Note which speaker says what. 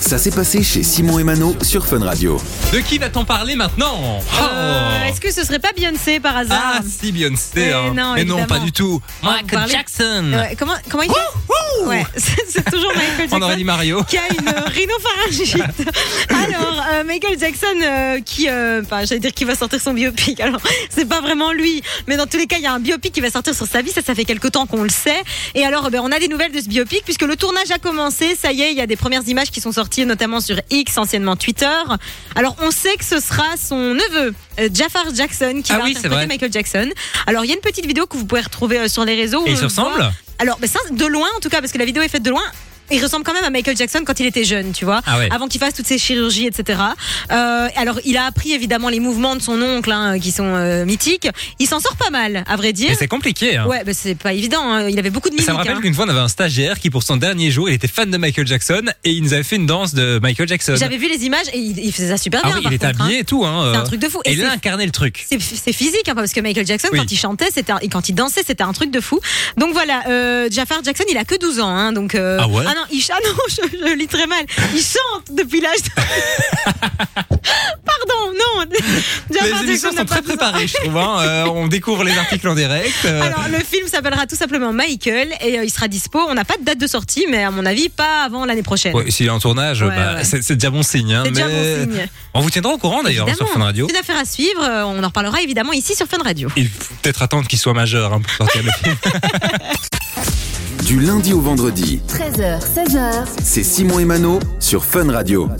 Speaker 1: Ça s'est passé chez Simon et Mano sur Fun Radio.
Speaker 2: De qui va-t-on parler maintenant Oh.
Speaker 3: Euh, Est-ce que ce serait pas Beyoncé par hasard
Speaker 2: Ah, si, Beyoncé.
Speaker 3: Mais
Speaker 2: hein.
Speaker 3: non,
Speaker 2: Mais non,
Speaker 3: évidemment.
Speaker 2: pas du tout.
Speaker 3: va
Speaker 2: Michael
Speaker 3: parler-
Speaker 2: Jackson.
Speaker 3: Ouais, Comment comment il fait Ouais, c'est c'est toujours Michael
Speaker 2: On aurait
Speaker 3: Jackson.
Speaker 2: dit Mario.
Speaker 3: Qui a une rhinopharyngite. Alors, euh, Michael Jackson, euh, qui, euh, enfin, j'allais dire qu'il va sortir son biopic. Alors, c'est pas vraiment lui, mais dans tous les cas, il y a un biopic qui va sortir sur sa vie. Ça, ça fait quelque temps qu'on le sait. Et alors, euh, ben, on a des nouvelles de ce biopic puisque le tournage a commencé. Ça y est, il y a des premières images qui sont sorties, notamment sur X, anciennement Twitter. Alors, on sait que ce sera son neveu, euh, Jafar Jackson, qui
Speaker 2: Ah
Speaker 3: va
Speaker 2: oui, c'est
Speaker 3: interpréter
Speaker 2: vrai.
Speaker 3: Michael Jackson. Alors, il y a une petite vidéo que vous pouvez retrouver euh, sur les réseaux. où
Speaker 2: Et
Speaker 3: on
Speaker 2: il se
Speaker 3: le voit.
Speaker 2: ressemble
Speaker 3: Alors, ben ça, de loin en tout cas, parce que la vidéo est faite de loin. Il ressemble quand même à Michael Jackson quand il était jeune, tu vois,
Speaker 2: Ah ouais.
Speaker 3: avant qu'il fasse toutes ses chirurgies, etc. Euh, alors, il a appris évidemment les mouvements de son oncle, hein, qui sont euh, mythiques. Il s'en sort pas mal, à vrai dire.
Speaker 2: Mais c'est compliqué. hein.
Speaker 3: Ouais, ben c'est pas évident. hein. Il avait beaucoup de mimiques.
Speaker 2: Ça me rappelle
Speaker 3: hein.
Speaker 2: qu'une fois, on avait un stagiaire qui, pour son dernier jour, il était fan de Michael Jackson et il nous avait fait une danse de Michael Jackson.
Speaker 3: J'avais vu les images et il, il faisait ça super
Speaker 2: Ah
Speaker 3: bien.
Speaker 2: oui,
Speaker 3: par
Speaker 2: il était
Speaker 3: contre, hein.
Speaker 2: habillé et tout. Hein.
Speaker 3: C'est
Speaker 2: euh,
Speaker 3: un truc de fou.
Speaker 2: Et
Speaker 3: Et
Speaker 2: il a
Speaker 3: c'est-
Speaker 2: incarné le truc.
Speaker 3: c'est c'est physique hein, parce que Michael Jackson
Speaker 2: Oui.
Speaker 3: quand il chantait c'était un- et quand il dansait c'était un truc de fou donc voilà euh, Jafar Jackson il a que 12 ans hein, donc euh,
Speaker 2: Ah ouais
Speaker 3: non il ch- ah non je, je lis très mal il chante depuis l'âge de... pardon non Jafar
Speaker 2: Les émissions
Speaker 3: Jackson n'a
Speaker 2: sont
Speaker 3: pas
Speaker 2: très
Speaker 3: 12 ans.
Speaker 2: préparées, je trouve. hein. Euh, on découvre les articles en direct. euh,
Speaker 3: alors le film s'appellera tout simplement Michael et euh, il sera dispo on n'a pas de date de sortie mais à mon avis pas avant l'année prochaine
Speaker 2: ouais, S'il est en tournage,
Speaker 3: Ouais,
Speaker 2: bah,
Speaker 3: ouais.
Speaker 2: c'est c'est déjà bon signe. hein,
Speaker 3: c'est déjà
Speaker 2: mais-
Speaker 3: bon signe
Speaker 2: On vous tiendra au courant d'ailleurs hein, sur
Speaker 3: Évidemment.
Speaker 2: Fun Radio.
Speaker 3: une affaire à suivre euh, on en reparlera évidemment ici sur Fun Radio
Speaker 2: Il faut peut-être attendre qu'il soit majeur hein, pour sortir le film.
Speaker 1: Du lundi au vendredi,
Speaker 4: 13h, 16h,
Speaker 1: c'est Simon et Mano sur Fun Radio.